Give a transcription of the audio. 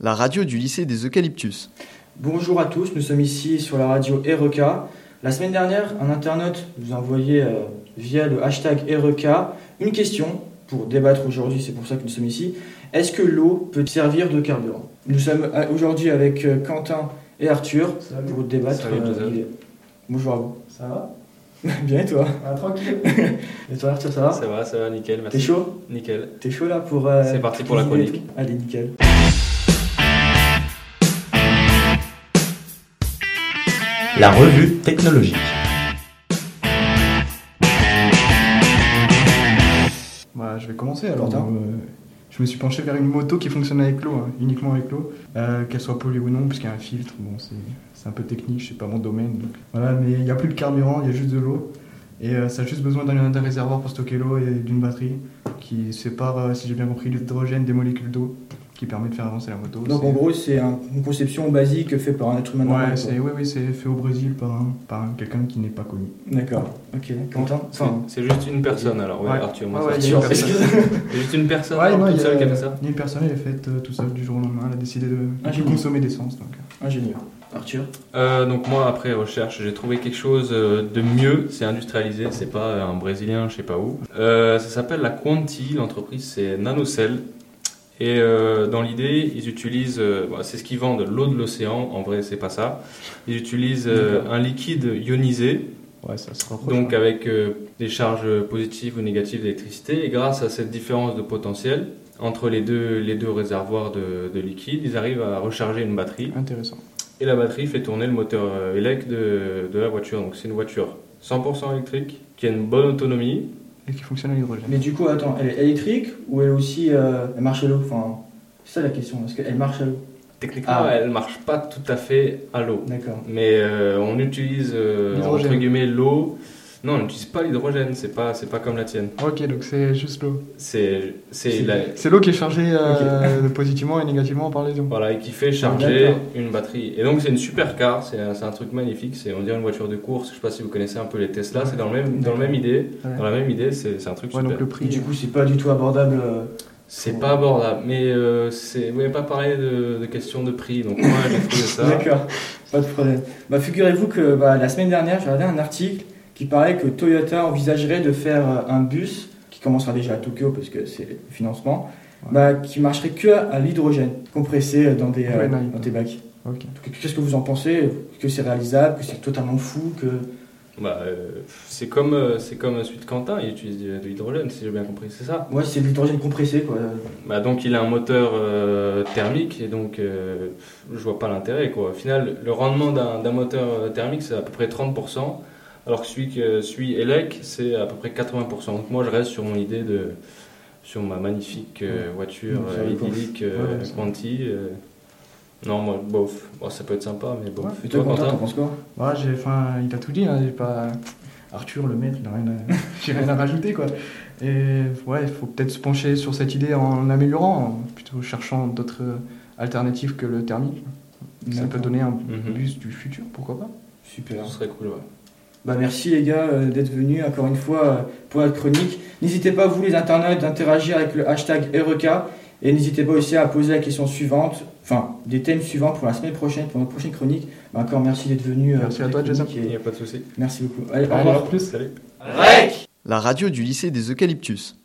la radio du lycée des Eucalyptus. Bonjour à tous, nous sommes ici sur la radio REK. La semaine dernière, un internaute nous a envoyé euh, via le hashtag REK une question pour débattre aujourd'hui, c'est pour ça que nous sommes ici. Est-ce que l'eau peut servir de carburant Nous sommes euh, aujourd'hui avec euh, Quentin et Arthur Salut. pour débattre. Salut, euh, Joseph. l'idée. Bonjour à vous. Ça va Bien et toi Ah, Tranquille. Et toi Arthur, ça va Ça va, ça va, nickel, merci. T'es chaud Nickel. T'es chaud là pour... euh, C'est parti pour la l'idée et chronique. tout Allez, nickel. La revue technologique. Bah, je vais commencer alors. Quentin. Euh, je me suis penché vers une moto qui fonctionne avec l'eau, hein, uniquement avec l'eau, Euh, qu'elle soit polluée ou non, puisqu'il y a un filtre. Bon, c'est c'est un peu technique, c'est pas mon domaine. donc. Voilà, mais il n'y a plus de carburant, il y a juste de l'eau. Et euh, ça a juste besoin d'un d'un réservoir pour stocker l'eau et d'une batterie qui sépare, euh, si j'ai bien compris, l'hydrogène des molécules d'eau qui permet de faire avancer la moto. Donc C'est- en gros, c'est un- une conception basique faite par un être humain. normal, Ouais, quoi. c'est ouais, ouais, c'est fait au Brésil par, un- par un- quelqu'un qui n'est pas connu. D'accord. Ok. Quentin C'est- Enfin, C'est juste une personne alors, Ah ouais, Ouais. Arthur, Ouais, moi ouais, ça- il y a une personne. C'est juste une personne Ouais, alors, non, il toute y, seule qui a a- fait ça il y a une personne, elle est faite euh, tout seul du jour au lendemain, elle a décidé de Ah, de génial. consommer d'essence. Donc. euh. ingénieur. Arthur Euh, Donc, moi, après recherche, j'ai trouvé quelque chose euh, de mieux. C'est industrialisé, c'est pas euh, un Brésilien, je sais pas où. Euh, ça s'appelle la Quanti, l'entreprise c'est Nanocell. Et euh, dans l'idée, ils utilisent, euh, bah, c'est ce qu'ils vendent, l'eau de l'océan. En vrai, c'est pas ça. Ils utilisent euh, un liquide ionisé Ouais, ça se rapproche. donc hein. avec euh, des charges positives ou négatives d'électricité. Et grâce à cette différence de potentiel entre les deux, les deux réservoirs de, de liquide, ils arrivent à recharger une batterie. Intéressant. Et la batterie fait tourner le moteur euh, élec de, de la voiture. Donc c'est une voiture 100% électrique qui a une bonne autonomie. Et qui fonctionne à l'hydrogène. Mais du coup, attends, elle est électrique ou elle est aussi. euh, elle marche à l'eau Enfin, c'est ça la question. Est-ce qu'elle marche à l'eau Techniquement, Ah. elle marche pas tout à fait à l'eau. D'accord. Mais euh, on utilise euh, L'hydrogène. entre guillemets l'eau. Non, on n'utilise pas l'hydrogène, c'est pas, c'est pas comme la tienne. Ok, donc c'est juste l'eau. C'est, c'est C'est- la, C'est l'eau qui est chargée euh, positivement et négativement par les ondes. Voilà, et qui fait charger D'accord. une batterie. Et donc c'est une supercar, c'est un, c'est un truc magnifique, c'est on dirait une voiture de course, je sais pas si vous connaissez un peu les Tesla, c'est dans, le même, dans, le même idée, Ouais. dans la même idée, c'est c'est un truc Ouais, super. donc le Et prix. euh, du coup, c'est pas du tout abordable. euh, C'est pas abordable, mais euh, c'est- vous n'avez pas parlé de, de questions de prix, donc moi j'ai trouvé ça. D'accord, pas de problème. Bah, figurez-vous que bah, la semaine dernière, j'ai regardé un article qui parlait que Toyota envisagerait de faire euh, un bus qui commencera déjà à Tokyo parce que c'est le financement, Ouais. bah, qui marcherait que à l'hydrogène compressé dans des, euh, Ouais, nice. dans des bacs. Ok. Donc, Qu'est-ce que vous en pensez Que c'est réalisable Que c'est totalement fou que... Bah, euh, c'est comme, euh, c'est comme Suite Quentin, il utilise de, de l'hydrogène, si j'ai bien compris, c'est ça. Ouais, c'est de l'hydrogène compressé quoi. Bah, donc il a un moteur euh, thermique, et donc euh, je vois pas l'intérêt. quoi. Au final, le rendement d'un d'un moteur euh, thermique, c'est à peu près 30%, alors que celui, que, celui ELEC, c'est à peu près 80%. Donc moi, je reste sur mon idée de. sur ma magnifique euh, voiture Ouais, euh, sur les courses. idyllique euh, Ouais, ouais, ça. Quanti. euh, non, moi, bof. Bon, ça peut être sympa, mais bof. Ouais, Et Toi, toi, Quentin, t'en Quentin penses quoi Ouais, Bah, j'ai, enfin, il a tout dit, hein, j'ai pas... Arthur, le maître, il a rien à... j'ai rien à rajouter, quoi. Et ouais, il faut peut-être se pencher sur cette idée en l'améliorant, en plutôt cherchant d'autres euh, alternatives que le thermique. Ça peut D'accord. donner un Mhm. bus du futur, pourquoi pas Super. Ce serait cool, ouais. Bah merci les gars euh, d'être venus encore une fois euh, pour la chronique. N'hésitez pas vous les internautes d'interagir avec le hashtag REK et n'hésitez pas aussi à poser la question suivante, enfin des thèmes suivants pour la semaine prochaine, pour notre prochaine chronique. Bah, encore merci d'être venus. euh, Merci à pour la toi, chronique Il n'y et a pas de souci. Merci beaucoup. Allez, au Allez, revoir. à plus. Salut. La radio du lycée des Eucalyptus.